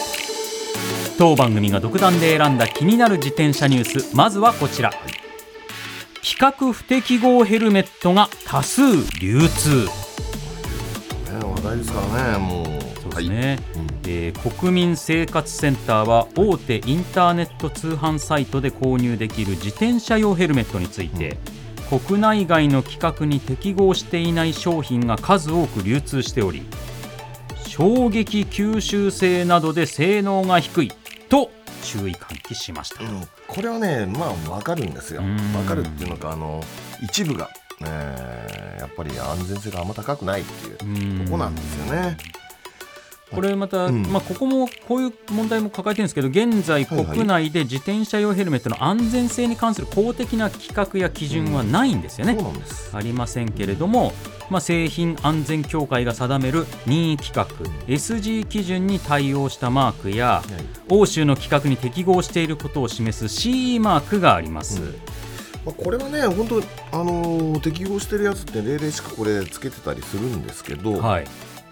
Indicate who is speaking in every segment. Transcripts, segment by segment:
Speaker 1: 当番組が独断で選んだ気になる自転車ニュースまずはこちら規格不適合ヘルメットが多数流通
Speaker 2: ね話題ですからねもう
Speaker 1: そうですね、
Speaker 2: うん
Speaker 1: えー国民生活センターは大手インターネット通販サイトで購入できる自転車用ヘルメットについて、国内外の規格に適合していない商品が数多く流通しており衝撃吸収性などで性能が低いと注意喚起しました、
Speaker 2: うんこれはねまあ分かるんですよ
Speaker 1: うん
Speaker 2: 分かるっていうのかあの一部が、えーやっぱり安全性があんま高くないっていう
Speaker 1: うん
Speaker 2: とこなんですよね
Speaker 1: これまた、
Speaker 2: うん
Speaker 1: まあ、ここもこういう問題も抱えてるんですけど現在、
Speaker 2: はいはい
Speaker 1: 国内で自転車用ヘルメットの安全性に関する公的な規格や基準はないんですよね。
Speaker 2: そうなんです
Speaker 1: ありませんけれども、まあ、製品安全協会が定める任意規格 SG 基準に対応したマークや
Speaker 2: はい
Speaker 1: 欧州の規格に適合していることを示す CE マークがあります、
Speaker 2: うんまあ、これはね本当あのー適合してるやつって例々しかこれつけてたりするんですけど、
Speaker 1: はい、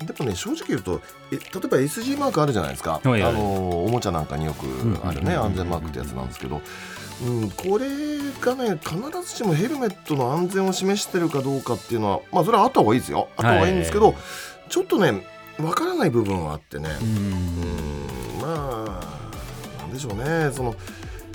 Speaker 2: でもね正直言うとえ例えば SG マークあるじゃないです
Speaker 1: は
Speaker 2: か、
Speaker 1: いはい
Speaker 2: あのおもちゃなんかによく
Speaker 1: ん
Speaker 2: あるね
Speaker 1: うん
Speaker 2: 安全マークってやつなんですけど、うん、これがね必ずしもヘルメットの安全を示してるかどうかっていうのはまあそれはあった方がいいですよあった方がいいんですけど、
Speaker 1: はい
Speaker 2: ちょっとねわからない部分はあってね、
Speaker 1: うん
Speaker 2: うんまあなんでしょうねその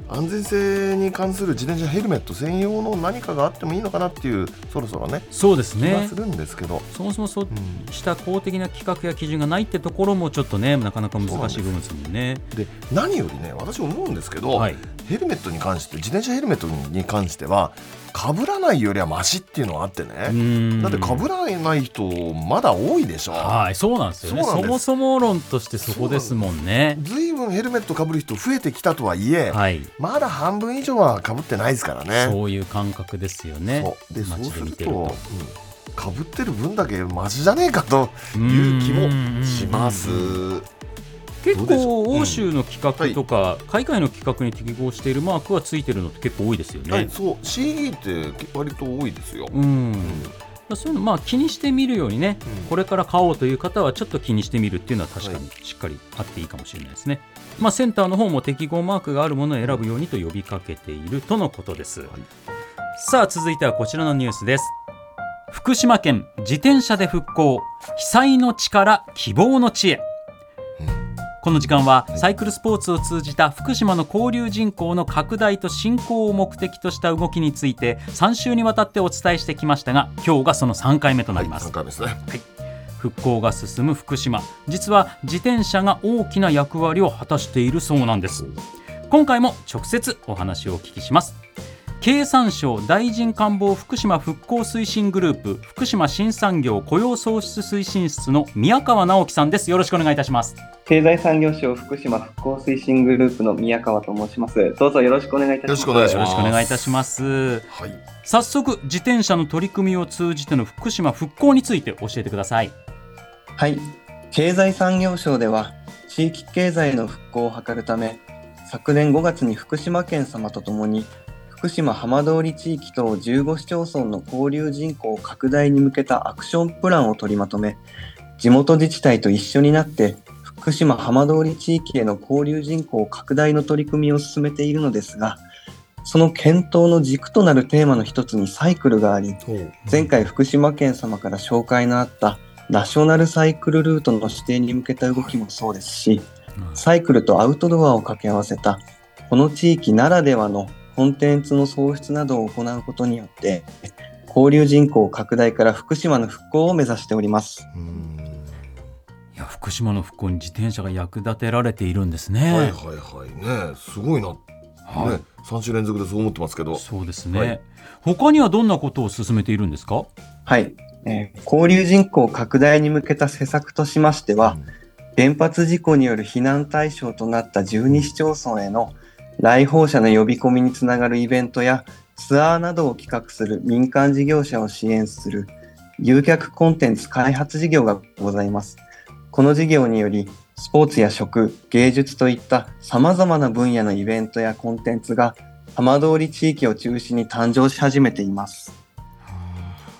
Speaker 2: 安全性に関する自転車ヘルメット専用の何かがあってもいいのかなっていうそろそろね
Speaker 1: そうです
Speaker 2: 気が
Speaker 1: ね
Speaker 2: するんですけど、
Speaker 1: そもそもそう
Speaker 2: うん
Speaker 1: した公的な規格や基準がないってところもちょっとねなかなか難しい部分ですもんね。
Speaker 2: で何よりね私思うんですけど、
Speaker 1: はい、
Speaker 2: ヘルメットに関して自転車ヘルメットに関してはかぶらないよりはマシっていうのはあってね、だ
Speaker 1: だ
Speaker 2: ってかぶらない人まだ多いでしょ
Speaker 1: はいそうなんですよね
Speaker 2: そう
Speaker 1: そ
Speaker 2: なんです
Speaker 1: もそも論としてそこですもんね。
Speaker 2: ずいぶんヘルメットかぶる人増えてきたとはいえ、
Speaker 1: はい
Speaker 2: まだ半分以上はかぶってないですからね
Speaker 1: そういう感覚ですよね。
Speaker 2: そうでそう
Speaker 1: 街
Speaker 2: す
Speaker 1: で
Speaker 2: る
Speaker 1: 見て
Speaker 2: と
Speaker 1: ると
Speaker 2: かぶってる分だけマシじゃねえかという気もします
Speaker 1: うんうんうんうん
Speaker 2: ど
Speaker 1: 結
Speaker 2: うでしょ
Speaker 1: 構
Speaker 2: う
Speaker 1: 欧州の規格とか、海外の規格に適合しているマークはついてるのって結構多いですよね。
Speaker 2: はい、そう CE って割と多いですよ、
Speaker 1: うんまあそういうのまあ気にしてみるようにね、
Speaker 2: うん
Speaker 1: これから買おうという方はちょっと気にしてみるっていうのは確かにしっかりあっていいかもしれないですね、まあ、センターの方も適合マークがあるものを選ぶようにと呼びかけているとのことです、さあ続いてはこちらのニュースです福島県自転車で復興被災の地から希望の地へこの時間はサイクルスポーツを通じた福島の交流人口の拡大と振興を目的とした動きについて3週にわたってお伝えしてきましたが今日がその3回目とな
Speaker 2: はい、
Speaker 1: ります、
Speaker 2: 3回目ですね
Speaker 1: 復興が進む福島実は自転車が大きな役割を果たしているそうなんです今回も直接お話をお聞きします経産省大臣官房福島復興推進グループ福島新産業雇用創出推進室の宮川直樹さんですよろしくお願いいたします
Speaker 3: 経済産業省福島復興推進グループの宮川と申します。どうぞよろしくお願いいたします。
Speaker 2: よろしくお願いし
Speaker 1: よ
Speaker 2: ま
Speaker 1: ろ
Speaker 2: す
Speaker 1: しくお願いいたします
Speaker 2: はい
Speaker 1: 早速自転車の取り組みを通じての福島復興について教えてください
Speaker 3: はい。経済産業省では、地域経済の復興を図るため、昨年5月に福島県様とともに、福島浜通り地域等15市町村の交流人口拡大に向けたアクションプランを取りまとめ、地元自治体と一緒になって、福島浜通り地域への交流人口拡大の取り組みを進めているのですが、その検討の軸となるテーマの一つにサイクルがあり、前回福島県様から紹介のあったナショナルサイクルルートの指定に向けた動きもそうですしサイクルとアウトドアを掛け合わせたこの地域ならではのコンテンツの創出などを行うことによって交流人口拡大から福島の復興を目指しております。
Speaker 2: うん
Speaker 1: いや福島の復興に自転車が役立てられているんですね、
Speaker 2: はいはいはいねすごいな、
Speaker 1: はい
Speaker 2: ね、3週連続でそう思ってますけど
Speaker 1: そうですね、
Speaker 2: はい
Speaker 1: 他にはどんなことを進めているんですか
Speaker 3: はい、えー交流人口拡大に向けた施策としましては、原発事故による避難対象となった12市町村への来訪者の呼び込みにつながるイベントやツアーなどを企画する民間事業者を支援する誘客コンテンツ開発事業がございます。この事業によりスポーツや食、芸術といった様々な分野のイベントやコンテンツが浜通り地域を中心に誕生し始めています。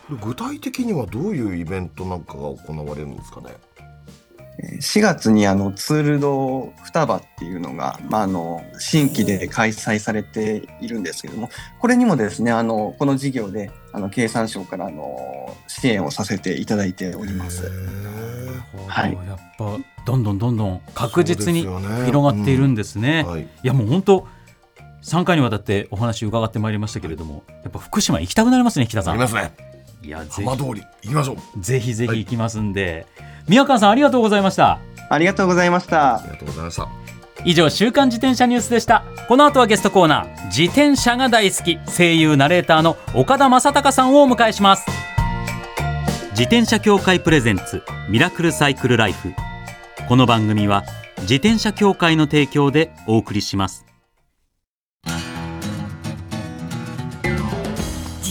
Speaker 2: これ具体的にはどういうイベントなんかが行われるんですかね
Speaker 3: えー4月にあのツールド双葉っていうのが、まあ、あの新規で開催されているんですけどもこれにもですねあのこの事業であの経産省からあの支援をさせていただいております。はい
Speaker 1: やっぱどんどんどんどん確実に
Speaker 2: そうですよね
Speaker 1: 広がっているんですね。
Speaker 2: うんはい
Speaker 1: いやもう本当3回にわたってお話伺ってまいりましたけれども、やっぱ福島行きたくなりますね北
Speaker 2: あ
Speaker 1: さん。
Speaker 2: りますね
Speaker 1: いやぜ
Speaker 2: 浜通り行きましょう
Speaker 1: ひぜひぜひ行きますんで、宮川さんありがとうございました。
Speaker 3: ありがとうございました
Speaker 2: ありがとうございました
Speaker 1: 以上週刊自転車ニュースでしたこの後はゲストコーナー自転車が大好き声優ナレーターの岡田正孝さんをお迎えします自転車協会プレゼンツミラクルサイクルライフこの番組は自転車協会の提供でお送りします
Speaker 4: 自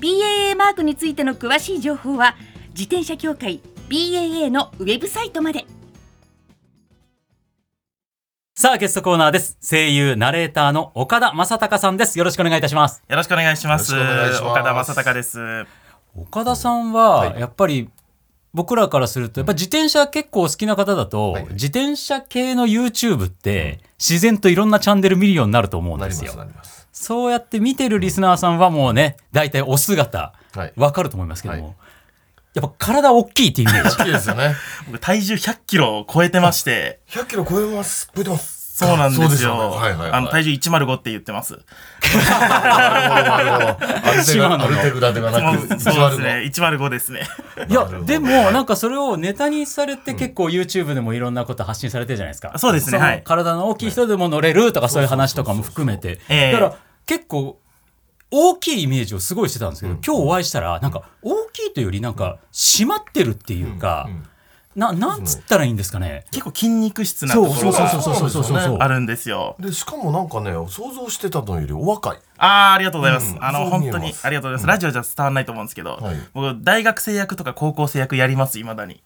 Speaker 4: BAA マークについての詳しい情報は自転車協会 BAA のウェブサイトまで
Speaker 1: さあゲストコーナーです声優ナレーターの岡田正孝さんですよろしくお願いいたします
Speaker 5: よろしくお願いします。
Speaker 2: よろしくお願いします
Speaker 5: 岡田正孝です。
Speaker 1: 岡田さんはやっぱり僕らからするとやっぱ自転車結構好きな方だと
Speaker 2: はいはい
Speaker 1: 自転車系の YouTube って自然といろんなチャンネル見るようになると思うん
Speaker 2: な
Speaker 1: で
Speaker 2: り
Speaker 1: す
Speaker 2: ます
Speaker 1: よ
Speaker 2: なります
Speaker 1: そうやって見てるリスナーさんはもうね大体お姿
Speaker 2: はい
Speaker 1: わかると思いますけども、
Speaker 2: はい
Speaker 1: やっぱ体大きいっていうイメージ
Speaker 2: 好きですよね
Speaker 5: 僕体重100キロを超えてまして、
Speaker 2: 100キロ超えます超えてます
Speaker 5: そうなんで
Speaker 2: そう
Speaker 5: すよ。
Speaker 2: ねはいはいはい
Speaker 5: あの体重105って言ってます。
Speaker 2: なるほどなるほどアルテ
Speaker 1: 島
Speaker 2: グ
Speaker 1: の
Speaker 2: アルテグラではな
Speaker 5: そう
Speaker 2: く
Speaker 5: そう
Speaker 2: ビ
Speaker 5: で
Speaker 2: ジュアル
Speaker 5: す
Speaker 2: の
Speaker 5: ね。105ですね。
Speaker 1: い
Speaker 2: なるほ
Speaker 1: や
Speaker 2: ど
Speaker 1: でもなんかそれをネタにされて結構 YouTube でもいろんなこと発信されてるじゃないですか
Speaker 5: そうですね
Speaker 1: の
Speaker 5: はい
Speaker 1: 体の大きい人でも乗れるとかそういう話とかも含めて
Speaker 5: うそうええ
Speaker 1: だから結構大きいイメージをすごいしてたんですけど、今日お会いしたらなんか大きいというよりなんか締まってるっていうか、ななんつったらいいんですかね、
Speaker 5: 結構筋肉質なところ
Speaker 2: そう
Speaker 5: が
Speaker 2: そうそうそうそうそう
Speaker 5: あるんですよ。
Speaker 2: でしかもなんかね想像してたのよりお若い
Speaker 5: ああ、ありがとうございます。
Speaker 2: うん
Speaker 5: あの、
Speaker 2: そう見
Speaker 5: 本
Speaker 2: えます
Speaker 5: 当にありがとうございます。ラジオじゃ伝わらないと思うんですけど、
Speaker 2: はい
Speaker 5: 僕、大学生役とか高校生役やります、いまだに。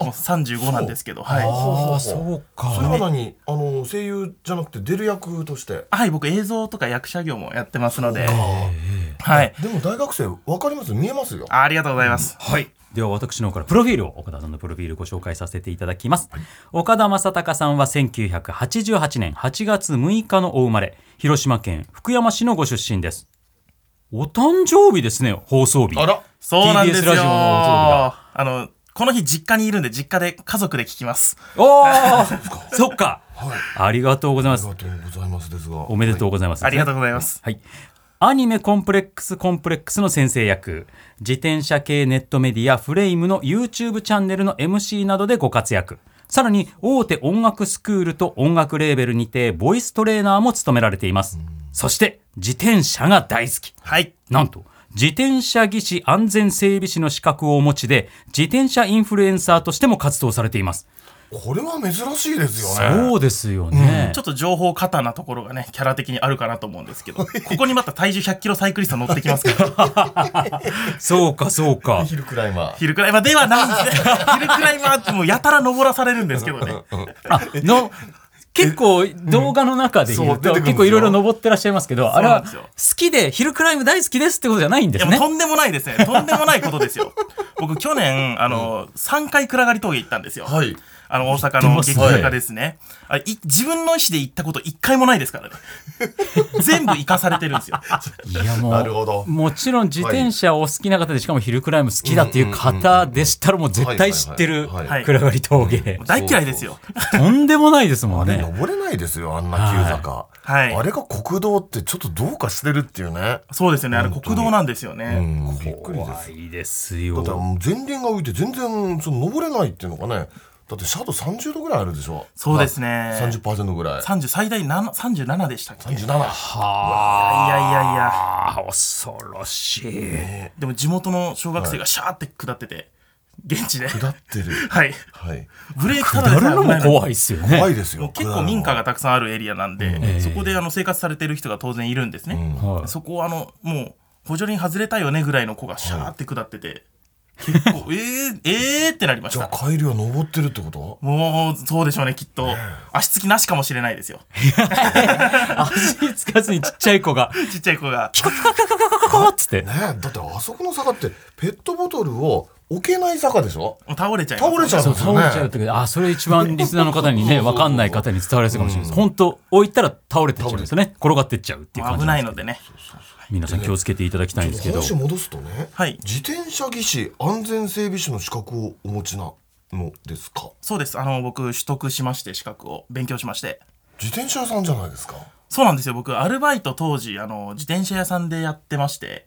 Speaker 5: もう35なんですけど、はい。
Speaker 2: ああ
Speaker 1: そう
Speaker 2: それ
Speaker 1: か
Speaker 2: は何あの声優じゃなくて出る役として
Speaker 5: はい、僕映像とか役者業もやってますので、はい。
Speaker 2: でも大学生わかります見えますよ
Speaker 5: あありがとうございます。はい。
Speaker 1: では私の方からプロフィールを岡田さんのプロフィールご紹介させていただきます、岡田正孝さんは1988年8月6日のお生まれ広島県福山市のご出身ですお誕生日ですね放送日
Speaker 2: ら
Speaker 5: そうなんですよ。
Speaker 1: TBS ラジオの放
Speaker 5: あの、この日実家にいるんで、実家で家族で聞きます。
Speaker 1: お ーそっか
Speaker 2: はい
Speaker 1: ありがとうございま
Speaker 2: あり
Speaker 1: す
Speaker 2: がとうございますですが
Speaker 1: おめでとうございます、
Speaker 5: ありがとうございます。
Speaker 1: はい。アニメコンプレックスコンプレックスの先生役、自転車系ネットメディアフレイムの YouTube チャンネルの MC などでご活躍。さらに大手音楽スクールと音楽レーベルにてボイストレーナーも務められています。そして自転車が大好き。
Speaker 5: はい。
Speaker 1: なんと自転車技師安全整備士の資格をお持ちで自転車インフルエンサーとしても活動されています。
Speaker 2: これは珍しいですよね
Speaker 1: そうですよね。
Speaker 5: ちょっと情報過多なところがね、キャラ的にあるかなと思うんですけど、ここにまた体重100キロサイクリスト乗ってきますから、
Speaker 1: そうかそうか。
Speaker 2: ヒルクライマー
Speaker 5: 昼クライマーではないんですね。昼クライマーってもうやたら登らされるんですけどね。
Speaker 1: あの結構動画の中で言う
Speaker 2: そう出
Speaker 1: と
Speaker 2: てくるんですよ
Speaker 1: 結構いろいろ登ってらっしゃいますけど、あれ
Speaker 5: そうな
Speaker 1: は
Speaker 5: んですよ
Speaker 1: 好きでヒルクライム大好きですってことじゃないんで
Speaker 5: いや
Speaker 1: す
Speaker 5: もう
Speaker 1: ね。
Speaker 5: とんでもないですね。とんでもないことですよ。僕去年あの、3回暗がり峠行ったんですよ。
Speaker 2: はい
Speaker 5: あの大阪の激高ですね。あい自分の意思で行ったこと一回もないですからね。 全部生かされてるんですよ。
Speaker 1: いやも
Speaker 2: なるほど
Speaker 1: うもちろん自転車お好きな方でしかもヒルクライム好きだっていう方でしたらもう絶対知ってる
Speaker 2: はいはい
Speaker 5: はいはい
Speaker 1: 暗がり峠
Speaker 5: もう大嫌いですよ。
Speaker 1: とんでもないですも
Speaker 2: あ
Speaker 1: ん
Speaker 2: れ
Speaker 1: ね。
Speaker 2: 登れないですよあんな急坂、
Speaker 5: はい
Speaker 2: あれが国道ってちょっとどうかしてるっていうね、
Speaker 5: そうですよね。あれ
Speaker 2: 本当に
Speaker 5: 国道なんですよ
Speaker 2: う
Speaker 5: ね。
Speaker 2: ん、びっくりです
Speaker 1: いです
Speaker 2: だって
Speaker 1: よ。
Speaker 2: もう前輪が浮いて全然その登れないっていうのがねだってシャドウ30度ぐらいあるでしょ
Speaker 5: そうですね
Speaker 2: まあ30%ぐらい
Speaker 5: 30最大7 37でしたっけ。いやい
Speaker 2: 37
Speaker 1: はあ。
Speaker 5: やいやいや。
Speaker 1: ああ恐ろしい。
Speaker 5: でも地元の小学生がシャーって下ってて、現地で。
Speaker 2: 下ってる
Speaker 5: はい。
Speaker 2: はい
Speaker 5: ブレーキただ
Speaker 1: 下
Speaker 5: でさえ
Speaker 1: るの
Speaker 5: 危な
Speaker 1: も
Speaker 5: い
Speaker 1: 怖いですよね。
Speaker 2: 怖いですよ
Speaker 5: もう結構民家がたくさんあるエリアなんで、
Speaker 1: ええ
Speaker 5: そこであの生活されてる人が当然いるんですね、
Speaker 1: はい
Speaker 5: そこをあのもう補助輪外れたよねぐらいの子がシャーって下ってて、結構えー、えーってなりまし
Speaker 2: じゃ
Speaker 5: た
Speaker 2: あ帰りは登ってるってこと
Speaker 5: もうそうでしょうねきっと足つきなしかもしれないですよ
Speaker 1: 足つかずにちっちゃい子が、
Speaker 5: ちっちゃい子が
Speaker 1: カカカっつって
Speaker 2: ね。えだってあそこの坂ってペットボトルを置けない坂でしょ
Speaker 5: もう倒れちゃいま
Speaker 2: 倒
Speaker 5: す
Speaker 2: れちゃうん
Speaker 1: そう、
Speaker 2: ですよ
Speaker 1: 倒
Speaker 2: ね
Speaker 1: れちゃうってことあ、それ一番リスナーの方にね、わかんない方に伝わりやすいかもしれないです。本当置いたら倒れてっちゃうんですよね。転がってっちゃうっていう
Speaker 5: も
Speaker 1: 感
Speaker 5: う
Speaker 1: じん
Speaker 5: 危な
Speaker 1: で
Speaker 5: い
Speaker 1: す
Speaker 5: の
Speaker 1: けど。
Speaker 5: でね
Speaker 1: 皆さん気をつけていただきたいんですけど。
Speaker 2: 話戻すとね、
Speaker 5: はい
Speaker 2: 自転車技師安全整備士の資格をお持ちなのですか
Speaker 5: そうですあの僕取得しまして資格を勉強しまして
Speaker 2: 自転車屋さんじゃないですか
Speaker 5: そうなんですよ僕アルバイト当時あの自転車屋さんでやってまして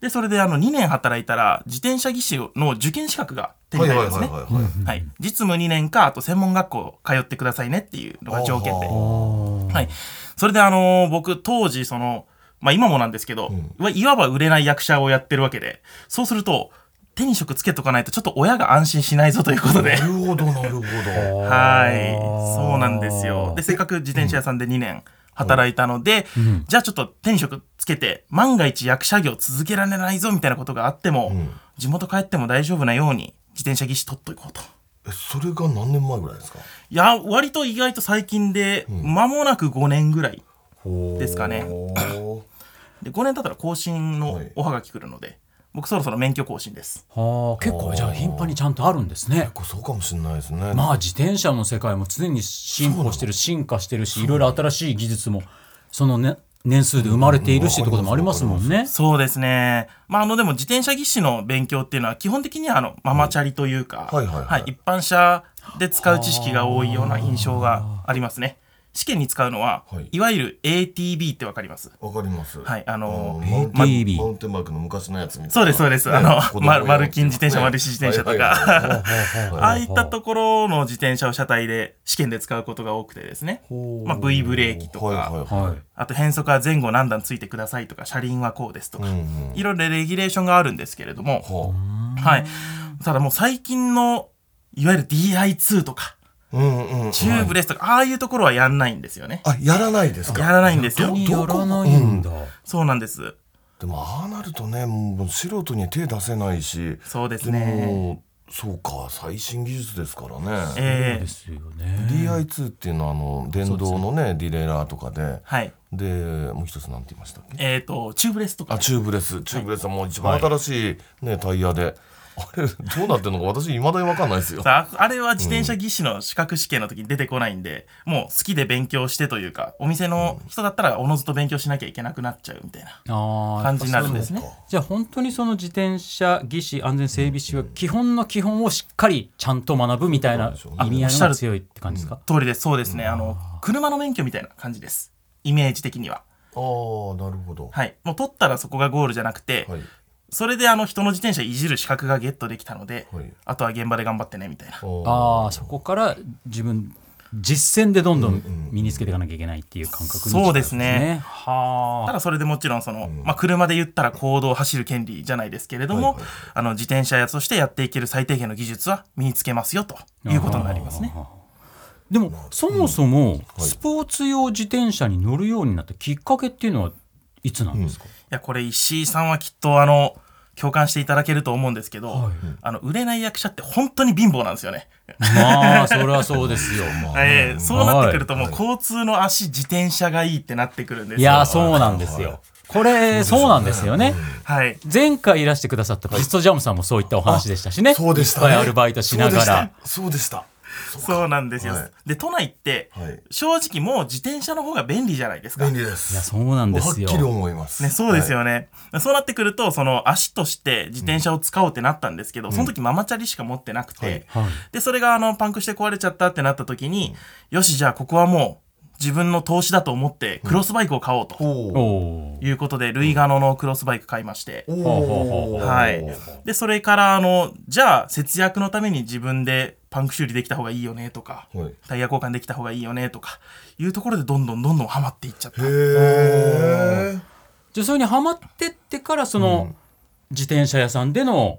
Speaker 5: でそれであの2年働いたら自転車技師の受験資格が手に入るんですね
Speaker 2: はいはい
Speaker 5: はい、実務2年かあと専門学校通ってくださいねっていうのが条件で、
Speaker 2: あ
Speaker 5: はい、それであのー僕当時その、まあ、今もなんですけど、いわいわば売れない役者をやってるわけでそうすると手に職つけとかないとちょっと親が安心しないぞということで
Speaker 2: なるほどなるほど
Speaker 5: はいそうなんですよでせっかく自転車屋さんで2年働いたので、じゃあちょっと手に職つけて万が一役者業続けられないぞみたいなことがあっても、地元帰っても大丈夫なように自転車技師取っといこうと。
Speaker 2: えそれが何年前ぐらいですか
Speaker 5: いや、割と意外と最近で、間もなく5年ぐらいですかね。
Speaker 2: お
Speaker 5: で、5年経ったら更新の
Speaker 2: はい
Speaker 5: おはがき来るので、僕そろそろ免許更新です。
Speaker 1: はあ、結構じゃあ頻繁にちゃんとあるんですね。
Speaker 2: ーそうかもしれないですね、
Speaker 1: まあ自転車の世界も常に進歩してる進化してるしいろいろ新しい技術もそのね年数で生まれているしってこともありますもんね。
Speaker 5: そうですね。まあ、あの、でも自転車技師の勉強っていうのは、基本的には、あの、ママチャリというか、
Speaker 2: はいはいはいはい
Speaker 5: 一般車で使う知識が多いような印象がありますね。試験に使うのは、
Speaker 2: はい
Speaker 5: い、わゆる ATB ってわかります。
Speaker 2: わかります
Speaker 5: はい、あの
Speaker 2: マウンテン
Speaker 1: ATV
Speaker 2: マウンテンバイクの昔のやつみたいな
Speaker 5: そうですそうです
Speaker 2: ね
Speaker 5: あの
Speaker 2: 子供用の
Speaker 5: ま丸金自転車丸石自転車とか
Speaker 2: はい はいはい
Speaker 1: は
Speaker 5: ああいったところの自転車を車体で試験で使うことが多くてですね
Speaker 1: ほ、う
Speaker 5: まあ、V ブレーキとか、
Speaker 2: はいはいはい
Speaker 1: はい。
Speaker 5: あと変速は前後何段ついてくださいとか車輪はこうですとか、
Speaker 2: うん
Speaker 5: いろいろレギュレーションがあるんですけれども、
Speaker 2: は
Speaker 5: はい、ただもう最近のいわゆる DI2 とか
Speaker 2: あうんうんうん
Speaker 5: チューブレスとか、ああいうところはやんないんですよね。
Speaker 2: あやらないですか
Speaker 5: やらないんですよ
Speaker 2: ど。
Speaker 1: やらないんだ。
Speaker 5: そうなんです。
Speaker 2: でもああなるとねもう素人には手出せないし
Speaker 5: そうです
Speaker 2: で
Speaker 5: ね。
Speaker 2: もそうか最新技術ですからね、
Speaker 1: そう
Speaker 5: ええ
Speaker 1: ですよね。
Speaker 2: DI2 っていうのはあの電動のねディレイラーとかで
Speaker 5: はい。
Speaker 2: でもう一つなんて言いましたっけ
Speaker 5: えっ、と、チューブレスとか
Speaker 2: あ。チューブレスチューブレスはもう一番新しい、ねタイヤで あれどうなってるのか私いまだに分かんないですよ
Speaker 5: さああれは自転車技師の資格試験の時に出てこないんで、もう好きで勉強してというかお店の人だったらおのずと勉強しなきゃいけなくなっちゃうみたいな
Speaker 1: ああ
Speaker 5: 感じになるんですね
Speaker 1: じゃあ本当にその自転車技師安全整備士は基本の基本をしっかりちゃんと学ぶみたいな
Speaker 2: そう
Speaker 1: 意味合いのが強いって感じですか、
Speaker 5: 通りですそうですねあの車の免許みたいな感じですイメージ的には
Speaker 2: ああーなるほど、
Speaker 5: はいもう取ったらそこがゴールじゃなくて、
Speaker 2: はい
Speaker 5: それであの人の自転車いじる資格がゲットできたので、
Speaker 2: はい
Speaker 5: あとは現場で頑張ってねみたいな
Speaker 1: ああそこから自分実践でどんどん身につけていかなきゃいけないっていう感覚に近い
Speaker 5: そうですね
Speaker 1: は
Speaker 5: た
Speaker 1: あ
Speaker 5: だそれでもちろんその、まあ、車で言ったら公道を走る権利じゃないですけれども、
Speaker 2: はいはい
Speaker 5: あの自転車屋としてやっていける最低限の技術は身につけますよということになりますね。
Speaker 1: でもそもそも
Speaker 2: い
Speaker 1: スポーツ用自転車に乗るようになったきっかけっていうのはいつなんですか、
Speaker 5: いや、これ石井さんはきっとあの、共感していただけると思うんですけど、
Speaker 1: はい
Speaker 5: あの売れない役者って本当に貧乏なんですよね。
Speaker 1: まあそれはそうです よ、まあ
Speaker 5: えーそうなってくるともう
Speaker 2: はい
Speaker 5: 交通の足自転車がいいってなってくるんです
Speaker 1: いや
Speaker 5: よ。
Speaker 1: そうなんですよこれそうなんですよね
Speaker 5: はい、
Speaker 1: 前回いらしてくださったピストジャムさんもそういったお話でしたしね
Speaker 2: そうでした、ね、
Speaker 1: いっぱいアルバイトしながら
Speaker 2: そうでしたそうでした
Speaker 5: そうなんですよ。
Speaker 2: はい
Speaker 5: で都内って
Speaker 2: はい
Speaker 5: 正直もう自転車の方が便利じゃないですか。
Speaker 2: 便利です
Speaker 1: いやそうなんですよ
Speaker 2: はっきり思います
Speaker 5: ね、そうですよね、そうなってくるとその足として自転車を使おうってなったんですけど、その時ママチャリしか持ってなくて、
Speaker 2: はい
Speaker 1: はい
Speaker 5: でそれがあのパンクして壊れちゃったってなった時に、よしじゃあここはもう自分の投資だと思ってクロスバイクを買おうと
Speaker 2: おー
Speaker 1: おー
Speaker 5: いうことで、ルイガノのクロスバイク買いまして、
Speaker 2: お
Speaker 1: ほうほうほう
Speaker 2: ー
Speaker 5: はいでそれからあのじゃあ節約のために自分でパンク修理できた方がいいよねとか、
Speaker 2: はい
Speaker 5: タイヤ交換できた方がいいよねとかいうところでどんどんどんどんハマっていっちゃった。
Speaker 2: へえ
Speaker 1: じゃあそれにハマってってからその自転車屋さんでの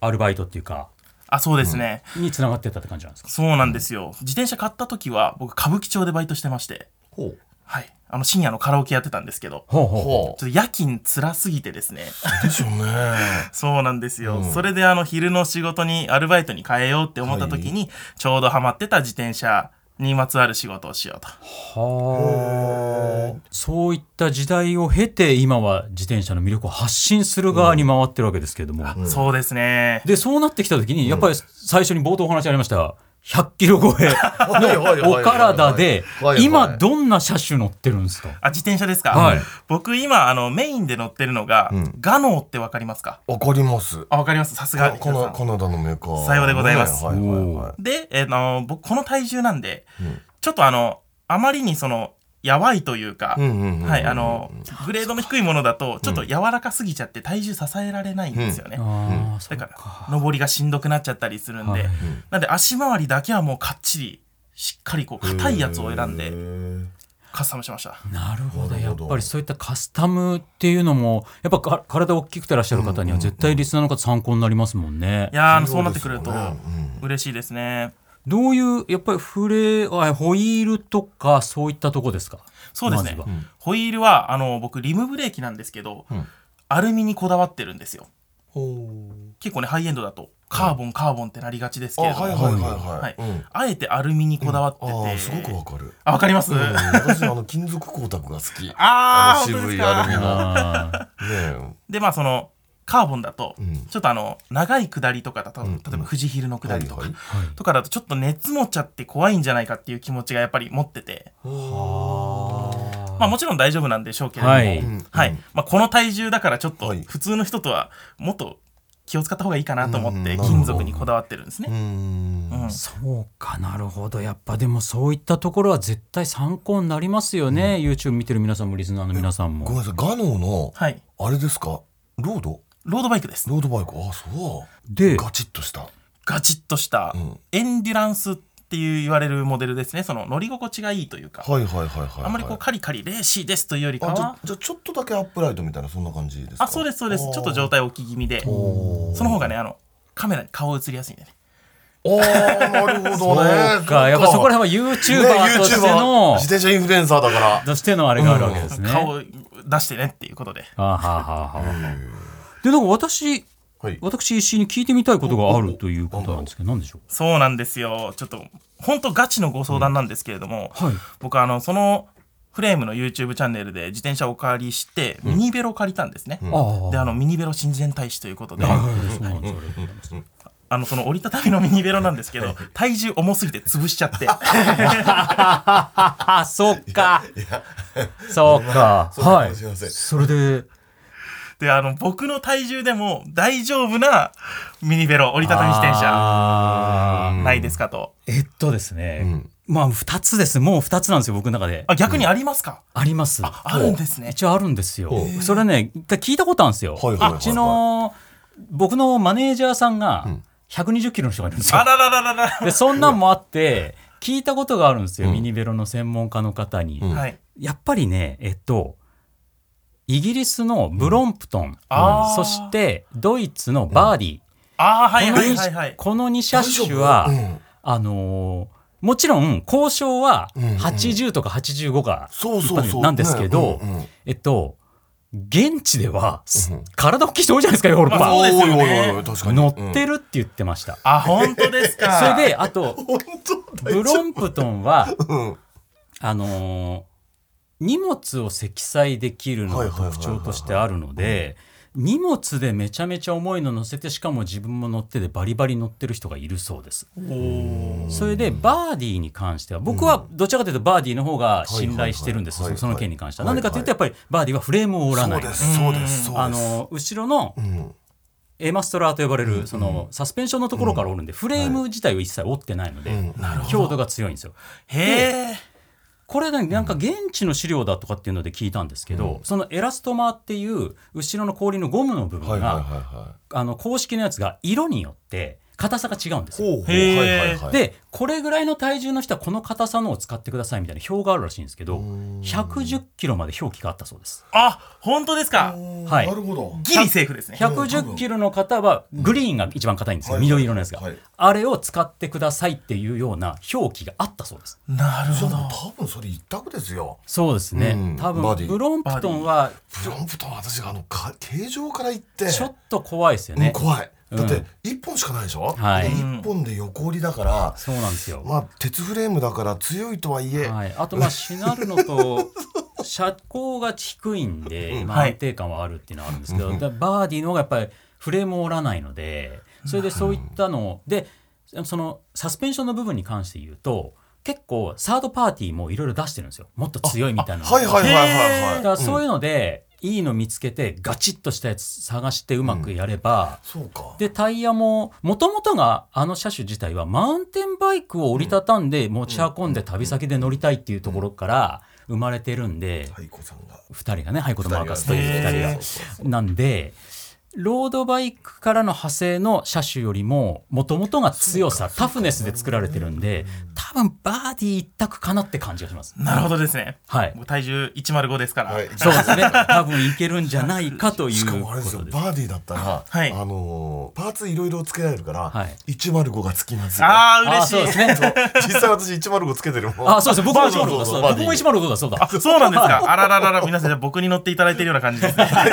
Speaker 1: アルバイトっていうか
Speaker 5: あそうですね、
Speaker 1: につながってったって感じなんですか
Speaker 5: そうなんですよ。自転車買った時は僕歌舞伎町でバイトしてまして、
Speaker 2: ほう
Speaker 5: はい、あの深夜のカラオケやってたんですけど、
Speaker 1: ほうほうほ
Speaker 2: ほ
Speaker 5: ちょっと夜勤辛すぎてです ね。
Speaker 2: うでしょうね
Speaker 5: そうなんですよ。
Speaker 2: うん
Speaker 5: それであの昼の仕事にアルバイトに変えようって思った時に、ちょうどハマってた自転車にまつわる仕事をしようと。
Speaker 1: はあそういった時代を経て今は自転車の魅力を発信する側に回ってるわけですけれども、
Speaker 5: そうですね。
Speaker 1: でそうなってきた時にやっぱり最初に冒頭お話ありました100キロ超え
Speaker 2: はいはいはい
Speaker 1: のお体で
Speaker 2: はいはい
Speaker 1: 今どんな車種乗ってるんですか
Speaker 5: あ、自転車ですか、
Speaker 1: はい
Speaker 5: 僕今あのメインで乗ってるのが、
Speaker 2: ん
Speaker 5: ガノーってわかりますか
Speaker 2: わかります
Speaker 5: あ、わかります。さすが。
Speaker 2: このカナダのメーカー
Speaker 5: さようでございます
Speaker 2: ねはいはいはい
Speaker 5: で、えーの僕この体重なんで、
Speaker 2: ん
Speaker 5: ちょっとあのあまりにそのやばいというか、
Speaker 2: うんうんうんうん
Speaker 5: はいあのグレードの低いものだとちょっと柔らかすぎちゃって体重支えられないんですよね、
Speaker 1: ああそ
Speaker 5: だ
Speaker 1: う
Speaker 5: か
Speaker 1: から
Speaker 5: 上りがしんどくなっちゃったりするんで、
Speaker 1: はい
Speaker 5: なんで足回りだけはもうかっちりしっかりこう硬いやつを選んでカスタムしました
Speaker 1: なるほど
Speaker 2: なる
Speaker 1: や
Speaker 2: ほ
Speaker 1: っ
Speaker 2: ど
Speaker 1: ぱりそういったカスタムっていうのもやっぱか体大きくてらっしゃる方には絶対リスナーの方参考になりますもんね
Speaker 5: い。やーそうなってくると
Speaker 2: そうですよね
Speaker 5: 嬉しいですね、
Speaker 1: どういうやっぱりフレあホイールとかそういったとこですか
Speaker 5: そうですね、
Speaker 1: まずは
Speaker 5: ホイールはあの僕リムブレーキなんですけど、
Speaker 2: ん
Speaker 5: アルミにこだわってるんですよ
Speaker 2: ほ
Speaker 5: 結構ねハイエンドだとカーボン、カーボンってなりがちです
Speaker 2: あ
Speaker 5: け
Speaker 2: は
Speaker 5: れ
Speaker 2: い
Speaker 5: ど
Speaker 2: はい
Speaker 5: もは
Speaker 2: はいいはいうん
Speaker 5: あえてアルミにこだわってて、
Speaker 2: ああすごくわかる
Speaker 5: あわかります、
Speaker 2: うん
Speaker 5: あ
Speaker 2: 私あの金属光沢が好き
Speaker 5: あー
Speaker 2: の
Speaker 5: 本
Speaker 2: 渋
Speaker 5: 当で
Speaker 2: い
Speaker 5: すか
Speaker 2: アルミ の
Speaker 1: あー
Speaker 2: ね
Speaker 5: でまあそのカーボンだと、
Speaker 2: ん
Speaker 5: ちょっとあの長い下りとかだと例えば富士ヒルの下りとか、
Speaker 2: はい
Speaker 5: とかだとちょっと熱持っちゃって怖いんじゃないかっていう気持ちがやっぱり持ってて、まあ、もちろん大丈夫なんでしょうけれども、
Speaker 1: は
Speaker 5: はいい
Speaker 2: ん
Speaker 5: まあ、この体重だからちょっと
Speaker 2: はい
Speaker 5: 普通の人とはもっと気を使った方がいいかなと思
Speaker 2: うん
Speaker 5: っ
Speaker 2: な
Speaker 5: て
Speaker 2: るほど
Speaker 5: 金属にこだわってるんですね。
Speaker 2: うん
Speaker 5: うん
Speaker 1: そうかなるほどやっぱでもそういったところは絶対参考になりますよね、YouTube 見てる皆さんもリスナーの皆さん
Speaker 2: ご
Speaker 1: も
Speaker 2: めんなさいガノーの
Speaker 5: はい
Speaker 2: あれですかロード
Speaker 5: ロードバイクです
Speaker 2: ロードバイクあそう
Speaker 1: で
Speaker 2: ガチッとした
Speaker 5: ガチッとした
Speaker 2: うん
Speaker 5: エンデュランスっていう言われるモデルですねその乗り心地がいいというか、
Speaker 2: はいはいはいはいはい
Speaker 5: あんまりこうカリカリレーシーですというよりか
Speaker 2: あじゃ
Speaker 5: は
Speaker 2: あじゃあちょっとだけアップライトみたいなそんな感じですか
Speaker 5: あそうですそうですちょっと状態大きい気味で
Speaker 2: おー
Speaker 5: その方がねあのカメラに顔映りやすいんでね
Speaker 2: おーなる ほどね
Speaker 1: そうかやっぱそこら辺は YouTuber としての、
Speaker 2: 自転車インフルエンサーだから
Speaker 1: としてのあれがあるわけですね。
Speaker 5: 顔出してねっていうことで
Speaker 1: あはははでなんか私
Speaker 2: はい
Speaker 1: 私石井に聞いてみたいことがあるということなんですけど何でしょ
Speaker 5: そうなんですよちょっと本当ガチのご相談なんですけれども、
Speaker 1: うはい
Speaker 5: 僕あのそのフレームの YouTube チャンネルで自転車をお借りしてミニベロを借りたんですね、
Speaker 1: あ
Speaker 5: であのミニベロ親善大使ということで、
Speaker 1: なるほどそうなんですよ
Speaker 5: あのその折りたたみのミニベロなんですけど体重重すぎて潰しちゃって
Speaker 1: あそうかそうか
Speaker 2: そうか
Speaker 1: はい
Speaker 2: すいません
Speaker 1: それで
Speaker 5: であの僕の体重でも大丈夫なミニベロ折りたたみ自転車
Speaker 1: あー
Speaker 5: ないですかと
Speaker 1: えっとですねまあ2つですもう2つなんですよ僕の中で
Speaker 5: あ逆にありますか、
Speaker 1: あります
Speaker 5: あるんですね
Speaker 1: 一応あるんですよ
Speaker 2: ほ。う
Speaker 1: それね、一回聞いたことあるんですよ。
Speaker 2: はいはいはいはいう
Speaker 1: ちの、僕のマネージャーさんが、120キロの人がいるんですよ
Speaker 5: あ。ららららら
Speaker 1: で、そんなんもあ って、聞いたことがあるんですよ、ミニベロの専門家の方に。
Speaker 2: ん
Speaker 5: はい
Speaker 1: やっぱりね、えっと、イギリスのブロンプトン、
Speaker 5: あー
Speaker 1: そしてドイツのバーディ、
Speaker 5: ああはい
Speaker 1: この
Speaker 5: はい
Speaker 1: 二
Speaker 5: はいはい
Speaker 1: この2車種は、
Speaker 2: うん
Speaker 1: あのーもちろん交渉は
Speaker 2: んうん
Speaker 1: 80とか85が
Speaker 2: そうそうそう
Speaker 1: なんですけど
Speaker 2: ねうんうん
Speaker 1: えっと現地では、
Speaker 2: うん
Speaker 1: 体大きい人多いじゃないですか、ヨーロッ
Speaker 5: まあ
Speaker 1: パ。
Speaker 5: そうですよね
Speaker 2: おいおいおいおい確かに
Speaker 1: 乗って
Speaker 2: る、
Speaker 1: るって言ってました。
Speaker 5: あ、本当ですか。
Speaker 1: それで、あ と、
Speaker 2: うん、本
Speaker 1: ブロンプトンは、
Speaker 2: 当うん
Speaker 1: あのー荷物を積載できるのが特徴としてあるので荷物でめちゃめちゃ重いの乗せてしかも自分も乗ってでバリバリ乗ってる人がいるそうですそれでバーディーに関しては僕はどちらかというとバーディーの方が信頼してるんです
Speaker 2: はいはいはい
Speaker 1: その件に関しては
Speaker 2: は
Speaker 1: ないんで
Speaker 2: はい
Speaker 1: かというとやっぱりバーディーはフレームを折ら
Speaker 2: そ
Speaker 1: な
Speaker 2: う
Speaker 1: い
Speaker 2: ですそうですそうです
Speaker 1: あのー後ろの
Speaker 2: うん、
Speaker 1: エマストラと呼ばれるそのサスペンションのところから折るんでフレーム自体を一切折ってないので
Speaker 2: うん
Speaker 1: 強度が強いんですよ
Speaker 5: へえ。
Speaker 1: これねなんか現地の資料だとかっていうので聞いたんですけど、そのエラストマーっていう後ろの氷のゴムの部
Speaker 2: は
Speaker 1: 分
Speaker 2: いはい
Speaker 1: が、
Speaker 2: は
Speaker 1: あの公式のやつが色によって硬さが違うんです
Speaker 2: い
Speaker 1: よ。
Speaker 2: はい
Speaker 5: へー
Speaker 2: はいはいはい
Speaker 1: でこれぐらいの体重の人はこの硬さのを使ってくださいみたいな表があるらしいんですけど110キロまで表記があったそうです。
Speaker 5: あ、本当ですか。
Speaker 1: はい
Speaker 6: なるほど。
Speaker 5: ギリセーフですね。
Speaker 1: 110キロの方はグリーンが一番硬いんですよ、
Speaker 6: うん
Speaker 1: 緑色のやつが、
Speaker 6: はい
Speaker 1: あれを使ってくださいっていうような表記があったそうです。
Speaker 5: なる
Speaker 6: じ
Speaker 5: ほ
Speaker 6: ゃ
Speaker 5: ど。
Speaker 6: あ多分それ一択ですよ。
Speaker 1: そうですね、
Speaker 2: うん
Speaker 1: 多
Speaker 2: バデ
Speaker 1: 分
Speaker 2: ィ
Speaker 1: ブロンプトンは
Speaker 6: プロンプトン私があのか形状から言って、
Speaker 1: ちょっと怖いですよ
Speaker 6: うん
Speaker 1: ね、
Speaker 6: 怖い。だっ
Speaker 1: う
Speaker 6: て
Speaker 1: ん
Speaker 6: 一本しかないでしょ。
Speaker 1: は
Speaker 6: で
Speaker 1: い
Speaker 6: 一本で横折りだから、
Speaker 1: そうなんですよ、
Speaker 6: まあ鉄フレームだから強いとはいえ、
Speaker 1: はい、あとまあしなるのと車高が低いんで、まあ、
Speaker 5: はい
Speaker 1: 安定感はあるっていうのはあるんですけど、だバーディーの方がやっぱりフレームを折らないのでそれでそういったのをでそのサスペンションの部分に関して言うと結構サードパーティーもいろいろ出してるんですよもっと強いみたいなの
Speaker 6: はいはいはいはい
Speaker 5: へ
Speaker 6: は
Speaker 1: だ
Speaker 6: い。
Speaker 1: からそういうので、いいの見つけてガチッとしたやつ探してうまくやれば、
Speaker 6: そうか。
Speaker 1: でタイヤももともとがあの車種自体はマウンテンバイクを折りたたんで持ち運んで旅先で乗りたいっていうところから生まれてるんで、
Speaker 6: 太鼓さんが。
Speaker 1: 2人がねハイコとマーカスという
Speaker 5: 二人がね
Speaker 1: 2人がなんでロードバイクからの派生の車種よりももともとが強さタフネスで作られてるんで多分バーディー一択かなって感じがします。
Speaker 5: なるほどですね。
Speaker 1: はい
Speaker 5: もう体重105ですから。
Speaker 6: はい。
Speaker 1: そうですね多分いけるんじゃないかとい
Speaker 6: し
Speaker 1: うこ
Speaker 6: か
Speaker 1: と
Speaker 6: もあれですよ
Speaker 1: です。
Speaker 6: バーディーだったら、
Speaker 5: はい
Speaker 6: あのーパーツいろいろつけられるから、
Speaker 1: はい
Speaker 6: 105がつきますよ
Speaker 5: ああ、
Speaker 1: あ
Speaker 5: 嬉
Speaker 1: ー
Speaker 5: しい。
Speaker 1: そうですね。
Speaker 6: 実際私105つけてるもん
Speaker 1: あ、そうですね。僕も
Speaker 6: バーディー
Speaker 1: 105だ。そう
Speaker 6: バ
Speaker 1: だ
Speaker 6: ー
Speaker 1: 僕
Speaker 6: ディー
Speaker 1: も105だ。そうだ。
Speaker 5: そうなんですか。あらららら、皆さん、じゃあ僕に乗っていただいてるような感じですね。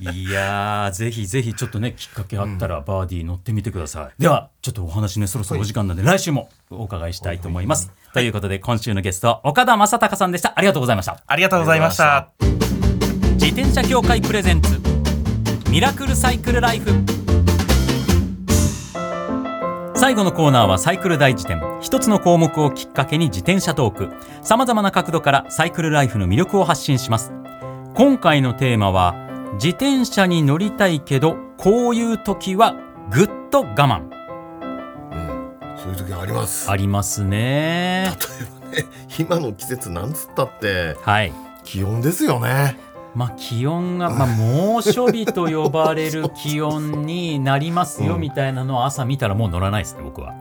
Speaker 1: いやー、ぜひぜひちょっとね、きっかけあったら、バーディー乗ってみてください。では、ちょっとお話ね、そろそろお時間なんで、来週もお伺いしたいと思います。ということで、今週のゲスト、岡田正隆さんでした。ありがとうございました。
Speaker 5: ありがとうございました。
Speaker 1: 自転車協会プレゼンツ、ミラクルサイクルライフ。最後のコーナーはサイクル大辞典一つの項目をきっかけに自転車トークさまざまな角度からサイクルライフの魅力を発信します今回のテーマは自転車に乗りたいけどこういう時はぐっと我慢
Speaker 6: そういう時あります。
Speaker 1: ありますね
Speaker 2: 今の季節なんつったって
Speaker 1: はい
Speaker 6: 気温ですよね。
Speaker 1: まあ気温が、まあ、猛暑日と呼ばれる気温になりますよみたいなのを朝見たらもう乗らないですね僕は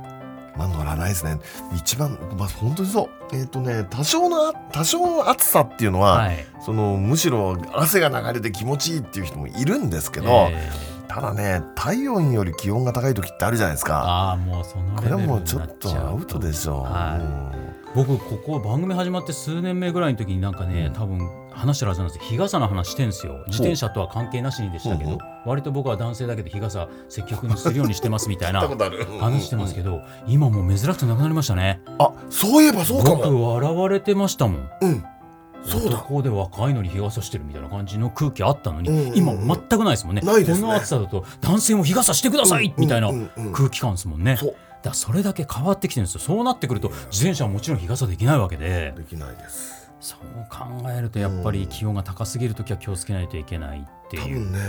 Speaker 6: まあ乗らないですね。一番、
Speaker 2: まあ本当にそうえっ、とね多少の多少の暑さっていうのは、
Speaker 1: はい
Speaker 2: そのむしろ汗が流れて気持ちいいっていう人もいるんですけど、
Speaker 1: えー
Speaker 2: ただね体温より気温が高い時ってあるじゃないですか
Speaker 1: ああもうその
Speaker 2: こ
Speaker 1: レベ
Speaker 2: れは
Speaker 1: ルに
Speaker 2: も
Speaker 1: な
Speaker 2: うちょっと
Speaker 1: ちゃうと
Speaker 2: アウトでしょう、
Speaker 1: はい
Speaker 2: も
Speaker 1: 僕ここ番組始まって数年目ぐらいの時になんかね多分話してるはずなんですよ日傘の話してんですよ自転車とは関係なしにでしたけ
Speaker 2: ほう
Speaker 1: ど
Speaker 2: ほ
Speaker 1: 割と僕は男性だけど日傘積極にするようにしてますみたい な
Speaker 2: う
Speaker 1: 話してますけど今もう珍しくなくなりましたね
Speaker 6: あ、そういえばそうかも。
Speaker 1: 僕笑われてましたもん
Speaker 6: うん。そうだ。
Speaker 1: 男で若いのに日傘してるみたいな感じの空気あったのに、
Speaker 6: うんうんうん
Speaker 1: 今全くないですもんね
Speaker 6: ないですね
Speaker 1: この暑さだと男性も日傘してくださいみたいな
Speaker 6: うんうんうんうん
Speaker 1: 空気感ですもんね、
Speaker 6: そう
Speaker 1: だからそれだけ変わってきてるんですよそうなってくると自転車はもちろん日傘できないわけで
Speaker 6: できないです。
Speaker 1: そう考えるとやっぱり気温が高すぎる時は気をつけないといけないって
Speaker 6: 多
Speaker 1: いう、
Speaker 6: 分ね、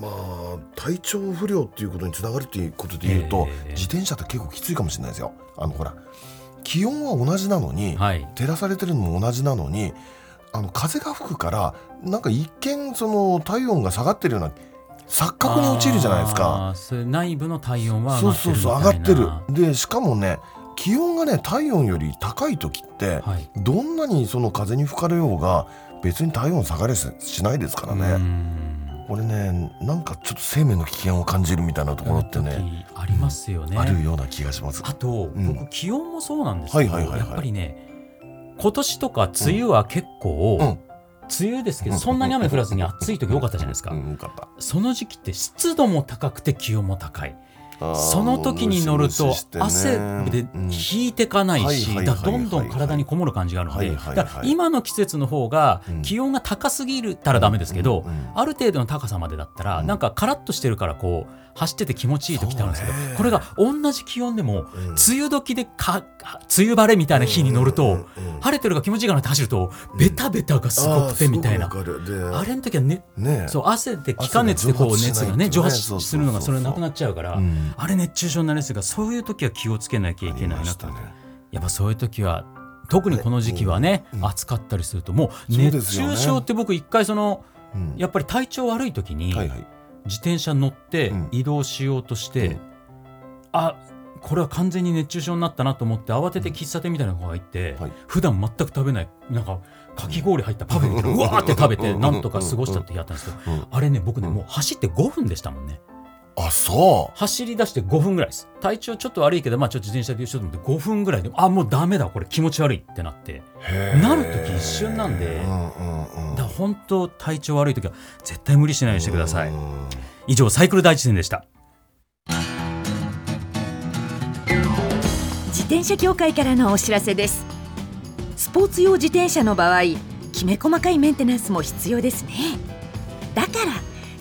Speaker 6: まあ体調不良っていうことにつながるっていうことで言うと、
Speaker 1: ええ
Speaker 6: 自転車って結構きついかもしれないですよ。あのほら、気温は同じなのに、
Speaker 1: はい
Speaker 6: 照らされてるのも同じなのにあの風が吹くからなんか一見その体温が下がってるような錯覚に陥るじゃないですか
Speaker 1: あーそれ内部の体温は上
Speaker 6: そ
Speaker 1: が
Speaker 6: う
Speaker 1: って
Speaker 6: そう
Speaker 1: るみたい
Speaker 6: そう
Speaker 1: な
Speaker 6: 上がってるでしかもね気温がね体温より高い時って、
Speaker 1: はい
Speaker 6: どんなにその風に吹かれようが別に体温下がりゃしないですから
Speaker 1: う
Speaker 6: ね、
Speaker 1: ん
Speaker 6: これねなんかちょっと生命の危険を感じるみたいなところってね、
Speaker 1: 時ありますよね、
Speaker 6: あるような気がします
Speaker 1: あと、
Speaker 6: ん
Speaker 1: 僕気温もそうなんですけど、
Speaker 6: はいはいはいはい
Speaker 1: やっぱりね今年とか梅雨は結構、
Speaker 6: うん
Speaker 1: 梅雨ですけどそんなに雨降らずに暑い時多かったじゃないですか、
Speaker 6: うん、よかった
Speaker 1: その時期って湿度も高くて気温も高い
Speaker 6: あー
Speaker 1: その時に乗る
Speaker 6: もう
Speaker 1: と
Speaker 6: ムシムシしてね
Speaker 1: 汗で
Speaker 6: うん
Speaker 1: 引いてかないし
Speaker 6: はいはいはいはい
Speaker 1: だからどんどん体にこもる感じがあるので
Speaker 6: はいはいはい
Speaker 1: だから今の季節の方が
Speaker 6: うん
Speaker 1: 気温が高すぎるたらダメですけど
Speaker 6: うんうん
Speaker 1: ある程度の高さまでだったら
Speaker 6: うん
Speaker 1: なんかカラッとしてるからこう走ってて気持ちいい時ってあるんですけど
Speaker 6: そうね
Speaker 1: これが同じ気温でも
Speaker 6: うん
Speaker 1: 梅雨時でか梅雨晴れみたいな日に乗
Speaker 6: う
Speaker 1: る
Speaker 6: んう
Speaker 1: と
Speaker 6: んうん
Speaker 1: 晴れてるが気持ちいいかなって走るとベタベタがすごくてみたいな
Speaker 6: あーすごくわかるで
Speaker 1: あれの時はね
Speaker 6: ね
Speaker 1: そう
Speaker 6: う
Speaker 1: 汗で気化熱でこう
Speaker 6: 汗が
Speaker 1: 熱がね蒸
Speaker 6: 蒸
Speaker 1: 発
Speaker 6: 発しないとね
Speaker 1: するのがそれ
Speaker 6: そうそうそう
Speaker 1: なくなっちゃうから、
Speaker 6: ん
Speaker 1: あれ熱中症になりますがそういう時は気をつけなきゃいけない
Speaker 6: あ
Speaker 1: なと、
Speaker 6: りましたね
Speaker 1: やっぱそういう時は特にこの時期はね、
Speaker 6: うん
Speaker 1: 暑かったりするともう
Speaker 6: そうで
Speaker 1: 熱
Speaker 6: すよね
Speaker 1: 中症って僕一回その
Speaker 6: うん
Speaker 1: やっぱり体調悪い時に
Speaker 6: はいはい
Speaker 1: 自転車乗って
Speaker 6: うん
Speaker 1: 移動しようとして、
Speaker 6: うん
Speaker 1: あこれは完全に熱中症になったなと思って慌てて喫茶店みたいな子が行って、
Speaker 6: はい
Speaker 1: 普段全く食べないなんかかき氷入ったパフェみたいなのうわーって食べて
Speaker 6: うん
Speaker 1: なんとか過ごしたって日あったんですけ
Speaker 6: う
Speaker 1: ど
Speaker 6: ん
Speaker 1: あれね僕ねもう走って5分でしたもんね
Speaker 6: あそう
Speaker 1: 走り出して5分ぐらいです体調ちょっと悪いけどまあちょっと自転車でしようと思って5分ぐらいであもうダメだこれ気持ち悪いってなって
Speaker 6: へー
Speaker 1: なる時一瞬なんで
Speaker 6: うんうんうん
Speaker 1: だから本当体調悪い時は絶対無理しないようにしてください
Speaker 6: うん
Speaker 1: 以上サイクル第一線でした
Speaker 4: 自転車協会からのお知らせですスポーツ用自転車の場合きめ細かいメンテナンスも必要ですねだから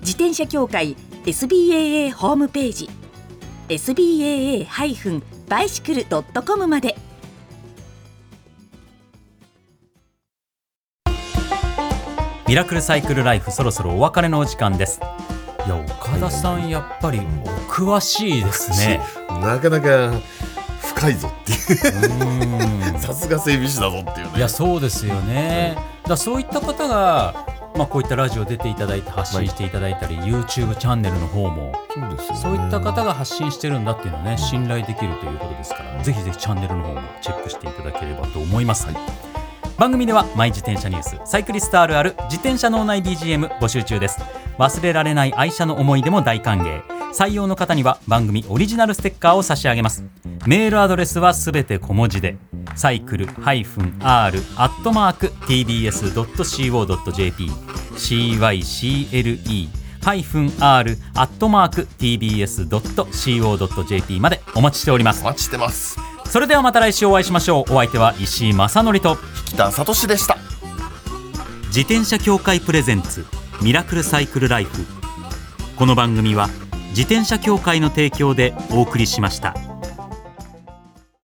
Speaker 4: 自転車協会 SBAA ホームページ SBAA-bicycle.com まで
Speaker 1: ミラクルサイクルライフそろそろお別れのお時間ですいや岡田さんやっぱりお詳しいですね
Speaker 6: なかなか深いぞっていう
Speaker 1: う ん
Speaker 6: さすが整備士だぞっていうね
Speaker 1: いやそうですよね、だからそういった方が、まあ、こういったラジオ出ていただいて発信していただいたり、YouTube チャンネルの方も
Speaker 6: そうですよね
Speaker 1: そういった方が発信してるんだっていうのはね信頼できるということですからぜひぜひチャンネルの方もチェックしていただければと思います、番組ではマイ自転車ニュースサイクリストあるある自転車脳内 BGM 募集中です忘れられない愛車の思い出も大歓迎採用の方には番組オリジナルステッカーを差し上げますメールアドレスはすべて小文字でサイクル -r-tbs.co.jp cycle -r-tbs.co.jp までお待ちしております
Speaker 6: お待ちしてます
Speaker 1: それではまた来週お会いしましょうお相手は石井正則と
Speaker 6: 北里志でした
Speaker 1: 自転車協会プレゼンツミラクルサイクルライフこの番組は自転車協会の提供でお送りしました。